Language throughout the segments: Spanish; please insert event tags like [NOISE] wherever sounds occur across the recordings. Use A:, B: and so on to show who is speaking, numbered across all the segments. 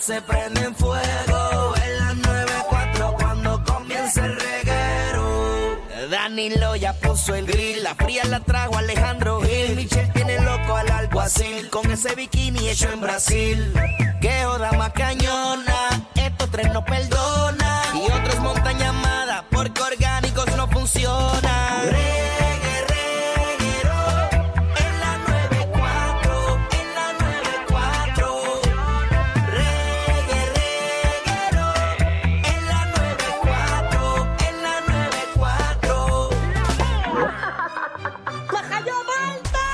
A: se prende en fuego. En las 9.4 cuando comienza el reguero. Danilo ya puso el grill, la fría la trajo Alejandro Gil. Michelle tiene loco al alguacil con ese bikini hecho en Brasil. Que joda más cañona, estos tres no perdona. Y otros montaña amada porque orgánicos no funcionan. Reggae, reguero, en la 94, en la 94. Reggae, reguero, en la 94, en la 94.
B: ¡Majayo Malta!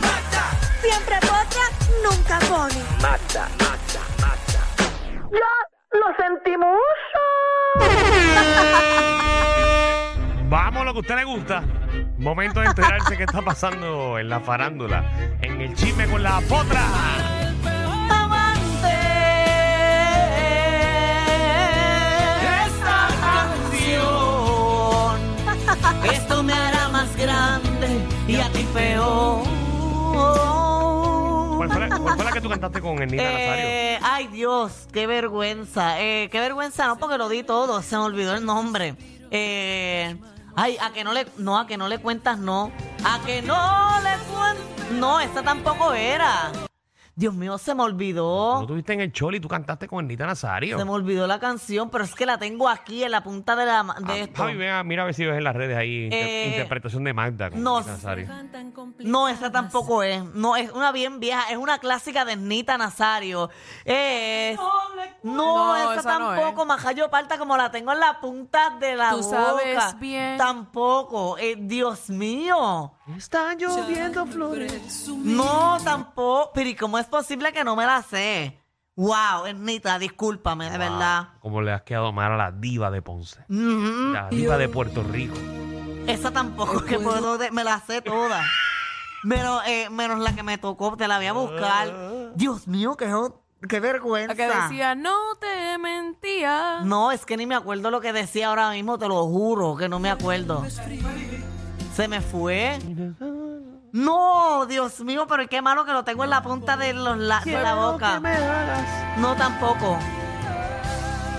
A: Mata,
B: Siempre potra, nunca pone.
A: mata, mata, mata.
C: Vamos, lo que a usted le gusta. Momento de enterarse qué está pasando en la farándula. En el chisme con la potra.
A: esta canción. Esto me hará más grande y a ti peor.
C: ¿Cuál fue, la, cuál fue la que tú cantaste con Ernita Nazario?
D: Eh, ay Dios, qué vergüenza. Eh, qué vergüenza, no porque lo di todo, se me olvidó el nombre. Eh, ay, a que no le, no, a que no le cuentas, no. A que no le cuentas. No, esa tampoco era. Dios mío, se me
C: No
D: olvidó.
C: tuviste en el choli, tú cantaste con Ernita Nazario.
D: Se me olvidó la canción, pero es que la tengo aquí en la punta de la ma- de
C: Ah,
D: esto.
C: Javi, ven a- mira a ver si ves en las redes ahí inter-
D: Eh,
C: interpretación de Magda con
D: no
C: Ernita Nazario.
D: No, esa tampoco es. No, es una bien vieja. Es una clásica de Nita Nazario. Es. No,
E: No,
D: esa,
E: esa no
D: tampoco. Majayo Parta, como la tengo en la punta de la
E: Tú
D: boca.
E: sabes bien.
D: Tampoco. Eh, Dios mío.
C: Está lloviendo flores.
D: No, tampoco. Pero ¿y cómo es posible que no me la sé? Wow, Nita, discúlpame, de verdad.
C: Como Ah, le has quedado mal a la diva de Ponce.
D: Mm,
C: La diva de Puerto Rico.
D: esa tampoco que puedo. de- me la sé toda. Menos, eh, menos la que me tocó, te la voy a buscar. Dios mío, qué, jo- qué vergüenza.
E: La que decía, no te mentía.
D: No, es que ni me acuerdo lo que decía ahora mismo, te lo juro que no me acuerdo. Se me fue. No, Dios mío, pero qué malo que lo tengo en la punta de, los la- de la boca. No, tampoco.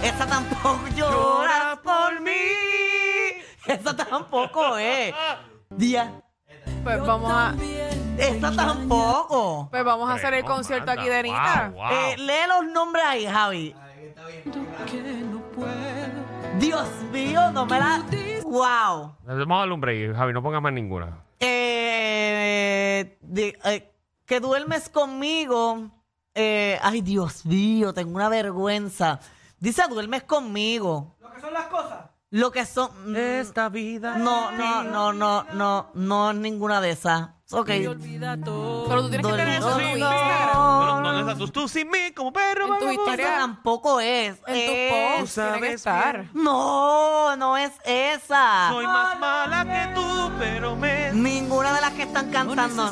D: Esa tampoco. Lloras por mí. Esa tampoco es. Día.
E: Pues vamos a,
D: Esa tampoco.
E: pues vamos a hacer el
C: Pero,
E: concierto
C: Magda,
E: aquí de Anita.
C: wow, wow.
D: Eh, lee los nombres ahí, Javi. Dios mío, no me la. ¡Wow!
C: Vamos a darle un break, Javi, no pongas más ninguna.
D: Eh, de- eh, que duermes conmigo. Eh, ay, Dios mío, tengo una vergüenza. Dice, duermes conmigo. Lo que son las cosas. Lo que son. mm,
C: Esta vida.
D: No, no, no, no, no, no es ninguna de esas. Ok.
E: Pero tú tienes que tener eso en tu
D: Dormido.
E: Instagram.
C: No, no, no, estás tú, tú sin mí como perro.
E: En tu
C: vagabundo.
D: Esa
E: historia,
D: tampoco es. Eh,
E: en
D: Es-
E: tu post, tiene que
C: Pues, sabes
E: estar.
D: No, no es esa.
C: Soy más mala que tú, pero me.
D: Ninguna de las que están cantando.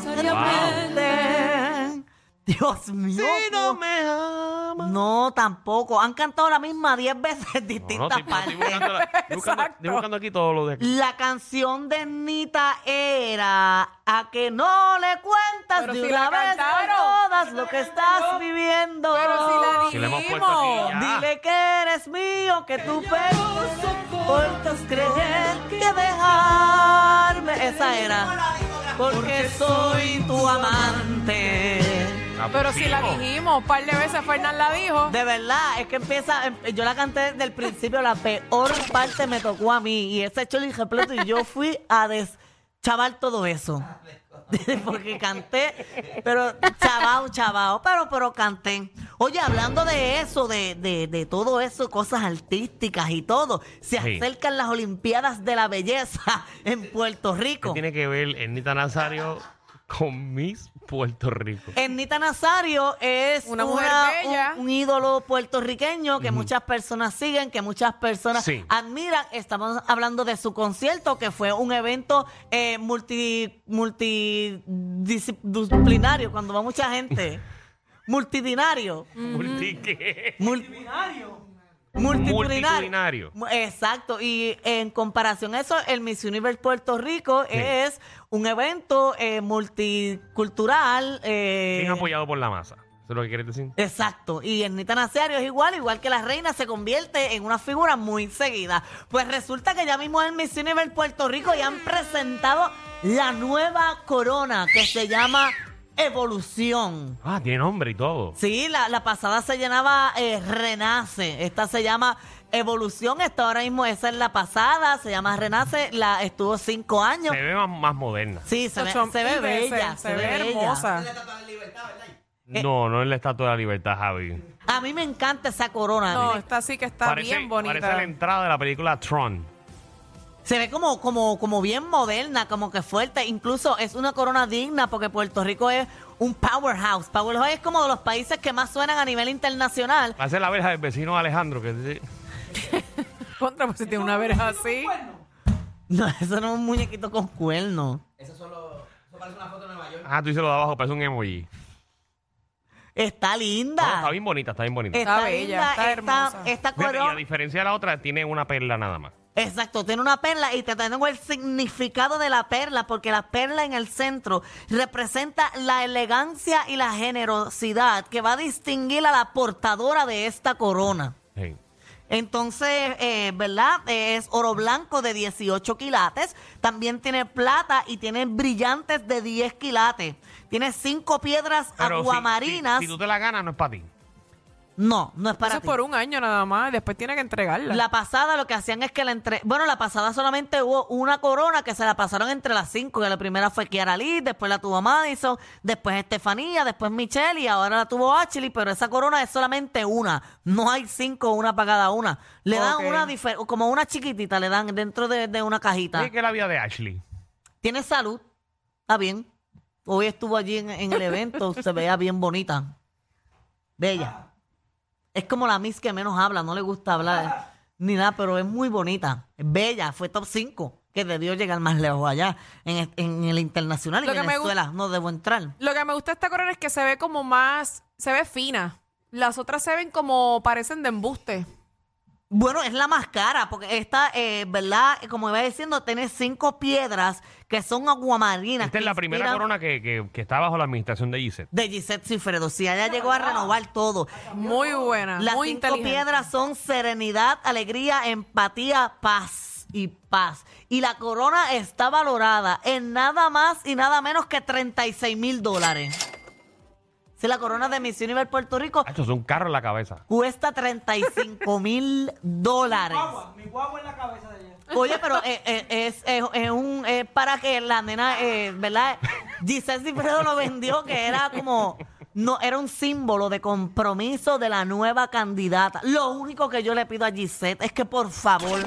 D: Dios mío.
C: Si no
D: no,
C: me amas.
D: tampoco. Han cantado la misma 10 veces [LAUGHS] en
C: No,
D: distintas
C: estoy, estoy
D: partes.
C: buscando, la- estoy buscando- estoy buscando aquí todo lo de aquí.
D: La canción de Nita era a que no le cuentas
E: Pero
D: de
E: si
D: una
E: la
D: vez por
E: cantaron.
D: todas lo que estás viviendo.
E: Pero
C: Si
E: si
C: la
E: la
C: hemos puesto
E: dijimos.
C: aquí ya.
D: Dile que eres mío, que tu pecho soportas creer que dejarme. Esa era. Porque soy tu amante.
C: Ah, pues
E: Pero si
C: sí,
E: la
C: po.
E: dijimos, un par de veces Fernán la dijo.
D: De verdad, es que empieza. em- Yo la canté desde el principio, la peor parte me tocó a mí. Y ese hecho el repleto y yo fui a deschavar todo eso. [LAUGHS] Porque canté, pero chavao, chavao, pero, pero canté. Oye, hablando de eso, de, de, de todo eso, cosas artísticas y todo, se
C: Sí.
D: acercan las Olimpiadas de la Belleza en Puerto
C: ¿Qué
D: Rico.
C: tiene que ver Ernita Nazario con Miss Puerto Rico?
D: Ernita Nazario es
E: Una mujer bella.
D: Un, un ídolo puertorriqueño que muchas personas siguen, que muchas personas
C: Sí.
D: admiran. Estamos hablando de su concierto, que fue un evento eh, multi, multidisciplinario, cuando va mucha gente. Multidinario.
E: Mm.
C: Multi-
E: Eh.
C: ¿qué?
D: Multidinario.
C: Multitudinario.
D: Multitudinario. Mu- Exacto. Y en comparación a eso, el Miss Universe Puerto Rico es un evento eh, multicultural. eh,
C: Bien apoyado por la masa. Eso es lo que quieres decir?
D: Exacto, y Ernita Nazario es igual, igual que la reina, se convierte en una figura muy seguida. Pues resulta que ya mismo en Miss Universe Puerto Rico ya han presentado la nueva corona que se llama Evolución.
C: Ah, tiene nombre y todo.
D: Sí, la, la pasada se llamaba eh, Renace, esta se llama Evolución, esta ahora mismo esa es la pasada, se llama Renace, la estuvo cinco años.
C: Se ve más, más moderna.
D: Sí, se ve,
E: Son
D: se ve
E: indecentes,
D: bella, se, ve, hermosa.
E: hermosa.
D: Eh.
C: No, no es la Estatua de la Libertad, Javi.
D: A mí me encanta esa corona.
E: No, esta sí que está
C: Parece la
E: bien bonita.
C: entrada de la película Tron.
D: Se ve como, como, como bien moderna, como que fuerte. Incluso es una corona digna porque Puerto Rico es un powerhouse. Powerhouse es como de los países que más suenan a nivel internacional. [LAUGHS]
C: Va a ser la verja del vecino Alejandro. que dice-
E: Contra, pues si tiene una verja así.
D: No, eso no es un muñequito con cuernos.
C: Ah, tú dices lo de abajo, parece un emoji.
D: Está
C: No,
D: linda.
C: está bien bonita, está bien bonita.
D: Está,
E: Está bella,
D: linda,
E: está
D: esta-
E: hermosa.
D: esta
C: Fíjate, y a
D: corona.
C: diferencia de la otra, tiene una perla nada más.
D: Exacto, tiene una perla y te tengo el significado de la perla, porque la perla en el centro representa la elegancia y la generosidad que va a distinguir a la portadora de esta corona.
C: Sí.
D: Entonces, eh, ¿verdad? Eh, es oro blanco de 18 quilates. También tiene plata y tiene brillantes de 10 quilates. Tiene cinco piedras
C: Pero si-
D: aguamarinas.
C: Si, si tú te la ganas, no es para ti.
D: No, no es para
E: Eso es
D: ti.
E: por un año nada más. Después tiene que entregarla.
D: La pasada lo que hacían es que la entre... Bueno, la pasada solamente hubo una corona que se la pasaron entre las cinco. Que la primera fue Kiara Lee, después la tuvo Madison, después Estefanía, después Michelle y ahora la tuvo Ashley. Pero esa corona es solamente una. No hay cinco, una para cada una. Le
E: Ok.
D: dan una difer- como una chiquitita, le dan dentro de, de una cajita.
C: Sí, que la vida de Ashley.
D: Tiene salud, está bien. Hoy estuvo allí en, en el
E: [LAUGHS]
D: evento, se veía bien bonita. Bella. Es como la Miss que menos habla, no le gusta hablar ni nada, pero es muy bonita. Es bella, fue top 5, que debió llegar más lejos allá, en, es- en el internacional y
E: Lo que me
D: Venezuela. No debo entrar.
E: Lo que me gusta de esta corona es que se ve como más, se ve fina. Las otras se ven como parecen de embuste.
D: Bueno, es la más cara, porque esta, eh, ¿verdad? Como iba diciendo, tiene cinco piedras que son aguamarinas.
C: Esta es
D: que
C: la primera
D: inspiran-
C: corona que, que- que está bajo la administración de Gisette.
D: De Gisette Cifredo. Si ella llegó a renovar todo.
E: Muy buena,
D: Las
E: muy
D: cinco
E: inteligente.
D: piedras son serenidad, alegría, empatía, paz y paz. Y la corona está valorada en nada más y nada menos que 36 mil dólares. Si la corona de Miss Universe Puerto Rico
C: Ah, Esto es un carro en la cabeza.
D: cuesta 35 mil dólares. Oye, pero eh, eh, es, es- es un, es para que la nena, eh, ¿verdad? Giselle Cifredo lo vendió, que era como, no, era un símbolo de compromiso de la nueva candidata. Lo único que yo le pido a Gisette es que, por favor,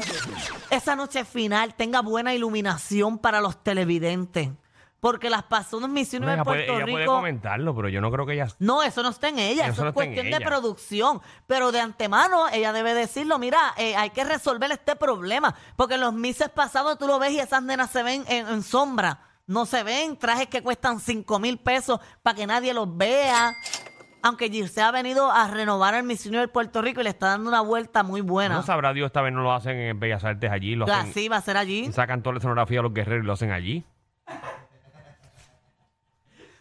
D: esa noche final tenga buena iluminación para los televidentes. Porque las pasó en Miss
C: No,
D: Universe
C: ella, puede,
D: Puerto
C: pues, ella puede
D: Rico.
C: comentarlo, pero yo no creo que ella.
D: No, eso no está en ella,
C: Eso
D: eso,
C: no
D: es
C: está en
D: cuestión de
C: ella.
D: producción. Pero de antemano ella debe decirlo, mira, eh, hay que resolver este problema, porque en los meses pasados tú lo ves y esas nenas se ven en, en sombra, no se ven, trajes que cuestan 5 mil pesos para que nadie los vea. Aunque Gise ha venido a renovar el misionero del Puerto Rico y le está dando una vuelta muy buena.
C: No sabrá Dios, esta vez no lo hacen en Bellas Artes allí. Lo hacen,
D: Así va a ser allí.
C: Sacan toda la escenografía a los guerreros y lo hacen allí.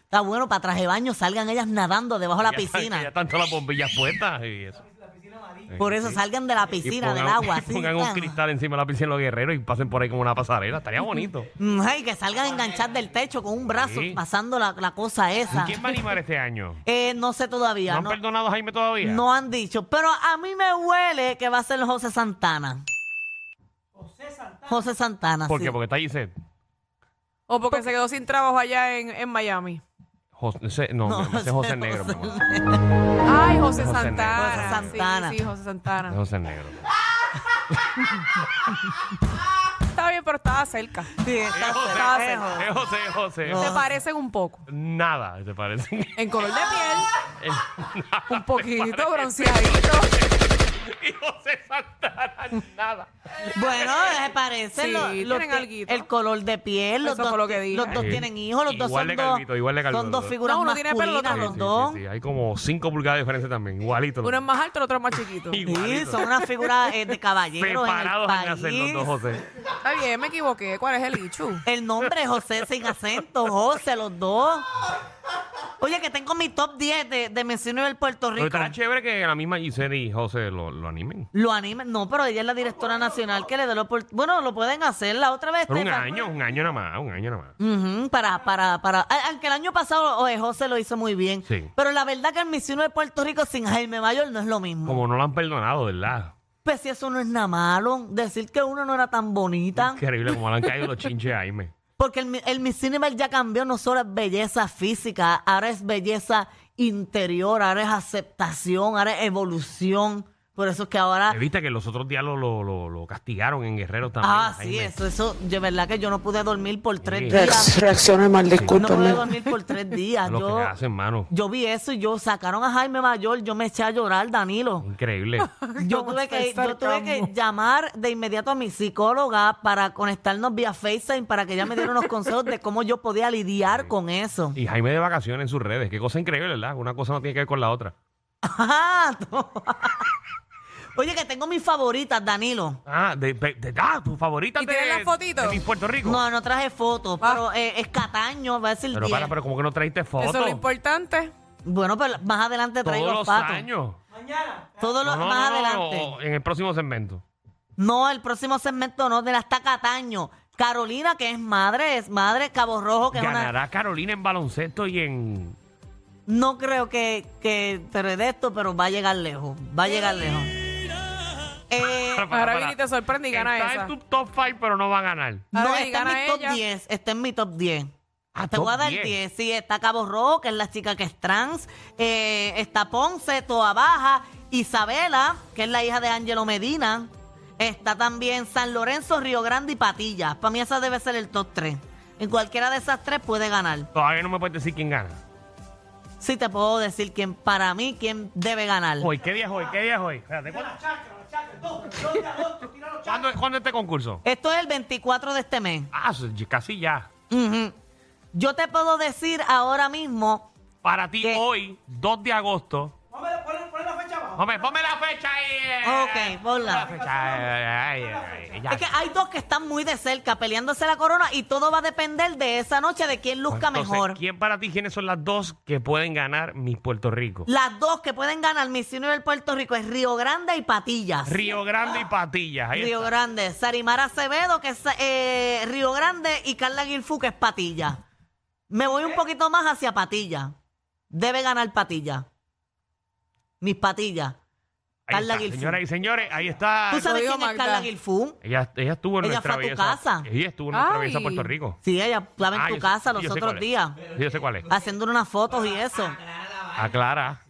D: Está bueno, para traje baño salgan ellas nadando debajo de la
C: [LAUGHS] Ya están-
D: piscina.
C: Ya están todas las bombillas puestas y eso.
D: Por eso salgan de la piscina,
C: Y
D: del
C: pongan- [LAUGHS]
D: agua.
C: y
D: así,
C: pongan un
D: ah.
C: cristal encima de la piscina de los guerreros y pasen por ahí como una pasarela. Estaría
D: [LAUGHS]
C: bonito.
D: Mm, Ay, que salgan enganchadas del techo con un brazo
C: Sí.
D: pasando la, la cosa esa.
C: ¿Quién va a animar este año?
D: Eh, no sé
C: ¿No
D: todavía.
C: han
D: No,
C: perdonado a Jaime todavía?
D: no han dicho. Pero a mí me huele que va a ser José Santana. José Santana.
C: ¿Por
D: sí.
C: qué? Porque está Gisette.
E: O porque se quedó sin trabajo allá en, en Miami.
C: José, no,
D: No, [LAUGHS]
C: ese es José Negro. mi amor.
E: Ay, José,
C: José
E: Santana.
D: Negro. José Santana.
E: Sí, sí, José Santana.
C: Es José Negro.
E: Está bien, pero estaba cerca.
D: Sí, está
C: Es
D: cerca.
E: cerca.
C: José, es José, es José.
E: Se parecen un poco.
C: Nada, ¿te parece?
E: En color de piel, un poquito
C: bronceado.
E: bronceadito.
C: [LAUGHS] Y José Santana, nada.
D: Bueno, se parecen
E: Sí,
D: lo- lo
E: tienen
D: que-
E: alguito.
D: el color de piel. Los
E: Eso
D: dos,
E: fue lo
D: ti-
E: que dije.
D: los dos
C: Sí.
D: tienen hijos, los dos
C: Igual
D: son
C: de
D: dos.
C: calvito, igual de
D: Son
C: calvito.
D: dos figuras
E: No, uno tiene pelo, el
D: masculinas,
E: otro no.
D: los
C: Sí, sí,
D: dos.
C: sí, Hay como 5 pulgadas de diferencia también. Igualito. los
E: Uno es
C: dos.
E: más alto, el otro es más chiquito.
D: Sí,
C: Igualito.
D: son una figura eh, de caballeros en el
C: Preparados en hacer los
D: país.
C: dos, José.
E: Está bien, me equivoqué. ¿Cuál es el Ichu?
D: El nombre es José sin acento, José, los dos. Oye, que tengo mi top 10 de, de Miss Universe Puerto
C: Pero
D: Rico.
C: estará chévere que la misma Giselle y José lo, lo animen.
D: Lo anima. No, pero ella es la directora nacional que le da la opor- Bueno, lo pueden hacer la otra vez.
C: Por un
D: Estefan.
C: año, un año nada más, un año nada más.
D: Ujú, para, para, para. a- Aunque el año pasado eh, José lo hizo muy bien.
C: Sí.
D: Pero la verdad que el Miss Universe Puerto Rico sin Jaime Mayor no es lo mismo.
C: Como no lo han perdonado, ¿verdad?
D: Pues si eso no es nada malo, decir que uno no era tan bonita,
C: Increíble como le han caído los chinches a Jaime.
D: porque el, mi- el Miss Universe ya cambió, no solo es belleza física, ahora es belleza interior, ahora es aceptación, ahora es evolución. Por eso es que
C: [LAUGHS]
D: ahora...
C: ¿Te Viste que los otros días lo, lo, lo- lo castigaron en Guerrero también. a
D: Ah, sí,
C: Jaime.
D: eso, eso, de verdad que yo no pude dormir por tres
C: Sí.
D: días.
F: Reacciona mal,
D: No pude
F: discúlpame.
D: dormir por tres
C: [LAUGHS]
D: días.
C: Lo
D: Yo,
C: que hacen, mano.
D: yo vi eso y yo sacaron a Jaime Mayor, yo me eché a llorar, Danilo. [LAUGHS]
C: Increíble.
D: Yo
E: ¿Cómo
D: tuve,
E: está
D: que,
E: el
D: yo tuve que
E: sarcasmo?
D: llamar de inmediato a mi psicóloga para conectarnos vía FaceTime para que ella me diera unos consejos de cómo yo podía lidiar con eso.
C: Y Jaime de vacaciones en sus redes. Qué cosa increíble, ¿verdad? Una cosa no tiene que ver con la otra.
D: Ajá, Ah, [LAUGHS] no. Oye, que tengo mis favoritas, Danilo.
C: Ah, de, de- de- ah, tu favorita
E: ¿Y
C: de,
E: tiene la fotito?
C: de Miss Puerto Rico.
D: No, no traje fotos,
E: Ah.
D: pero eh, es Cataño, va a decir
C: pero
D: 10.
C: para, pero como que no traíste fotos.
E: Eso es lo importante.
D: Bueno, pero más adelante traigo
C: Todos
D: los
C: los
D: patos.
C: años.
D: Todos los,
C: No, no, no,
D: más
C: no,
D: adelante.
C: en el próximo segmento.
D: No, el próximo segmento no, de las Cataño. Carolina, que es madre, es madre, Cabo Rojo, que es una...
C: Ganará Carolina en baloncesto y en.
D: No creo que, que te dé esto, pero va a llegar lejos. Va a llegar lejos. Eh,
E: Ahora viene y te sorprende y gana
C: Está
E: esa.
C: en tu top 5, pero no va a ganar.
D: no,
E: Ahora que
D: está en
E: gana
D: mi top
E: ella.
D: 10. Está en mi top 10.
C: Ah,
D: Te
C: top
D: voy a dar
C: 10.
D: 10. Sí, está Cabo Rojo, que es la chica que es trans. Eh, está Ponce, Toa Baja. Isabela, que es la hija de Ángelo Medina. Está también San Lorenzo, Río Grande y Patillas. Para mí esa debe ser el top 3. En cualquiera de esas tres puede ganar.
C: Todavía no me puedes decir quién gana.
D: Sí te puedo decir quién, para mí, quién debe ganar.
C: Hoy, ¿qué día es hoy? ¿Qué día es hoy? Espérate, ¿cuándo? ¿Cuándo, cuándo es este concurso?
D: Esto es el 24 de este mes.
C: Ah, eso es casi ya.
D: Ujú. Yo te puedo decir ahora mismo,
C: Para ti
D: ¿Qué?
C: hoy, 2 de agosto. Hombre, ponme la fecha ahí. eh.
D: Ok, ponla.
C: Ponme la fecha. Ay, ay, ay, ya.
D: es que hay dos que están muy de cerca peleándose la corona y todo va a depender de esa noche de quién luzca
C: Entonces,
D: mejor.
C: ¿Quién para ti, quiénes son las dos que pueden ganar mis Puerto Rico?
D: Las dos que pueden ganar Miss Universe Puerto Rico es Río Grande y Patillas.
C: Río Grande y Patillas. ahí
D: Río
C: está.
D: Grande, Sarimara Acevedo, que es eh, Río Grande, y Carla Guilfú, que es Patilla. Me voy un poquito más hacia Patilla. Debe ganar Patilla. Mis Patillas.
C: Ahí
D: Carla
C: está,
D: Guilfú.
C: Señoras y señores, ahí está.
D: ¿Tú sabes
E: dijo
D: quién es
E: Magda.
D: Carla Guilfú?
C: Ella, ella estuvo en
D: Ella
C: nuestra
D: fue a tu
C: belleza-
D: casa.
C: Ella estuvo en nuestra
E: Ay.
C: belleza Puerto Rico.
D: Sí, ella estaba en
C: Ah,
D: tu
C: yo sé-
D: casa
C: yo
D: los
C: sé
D: otros
C: cuál es.
D: días,
C: Sí, Yo sé cuál es.
D: haciendo unas fotos y eso.
C: Aclara.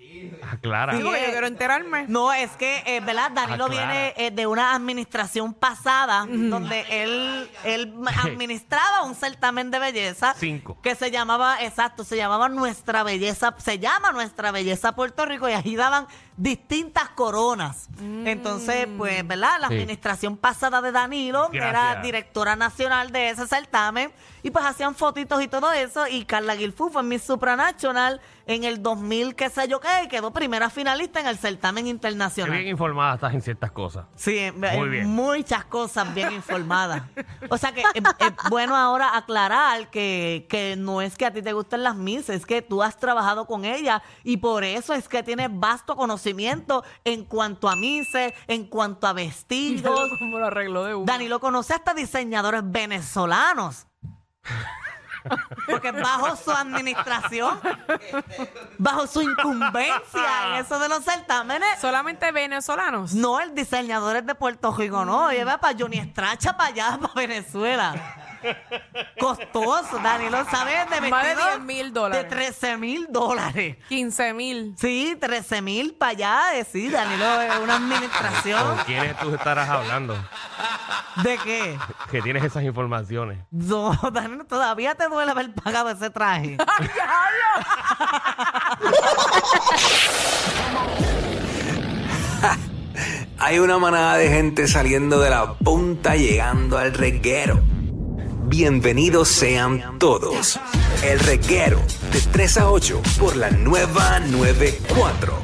C: Aclara.
E: Sí, porque yo quiero enterarme.
D: No, es que, eh, ¿verdad? Danilo
C: Ah, claro.
D: viene eh, de una administración pasada donde él, él
C: [LAUGHS]
D: ma- administraba un certamen de belleza.
C: Cinco.
D: Que se llamaba, exacto, se llamaba Nuestra Belleza, se llama Nuestra Belleza Puerto Rico y ahí daban distintas coronas. Entonces, pues, ¿verdad? La
C: Sí.
D: administración pasada de Danilo era
C: Gracias.
D: directora nacional de ese certamen y pues hacían fotitos y todo eso y Carla Guilfú fue Miss Supranational en el 2000 qué sé yo qué y quedó primera finalista en el certamen
C: Qué
D: internacional.
C: bien informada estás en ciertas cosas.
D: Sí, en- en
C: bien.
D: muchas cosas bien informadas. O sea que es, es bueno ahora aclarar que, que no es que a ti te gusten las Miss, es que tú has trabajado con ella y por eso es que tienes vasto conocimiento en cuanto a Misses, en cuanto a vestidos.
E: ¿Cómo lo arregló de uno?
D: Danilo conoce hasta diseñadores venezolanos. Porque bajo su administración, bajo su incumbencia en eso de los certámenes,
E: ¿Solamente venezolanos?
D: no, el diseñador es de Puerto Rico, no. Lleva para Johnny Estracha, para allá, para Venezuela. Costoso, Danilo, ¿sabes? De
E: Más de
D: vestido
E: 10 mil dólares.
D: De 13 mil dólares.
E: 15 mil.
D: Sí, 13 mil para allá, eh, sí, Danilo, es una
C: ¿Con
D: administración.
C: quiénes tú estarás hablando?
D: ¿De qué?
C: Que tienes esas informaciones.
D: [LAUGHS] No, Danilo, todavía te duele haber pagado ese traje.
G: Hay una manada de gente saliendo de la punta llegando al reguero. Bienvenidos sean todos. El reguero de 3 a 8 por la nueva 94.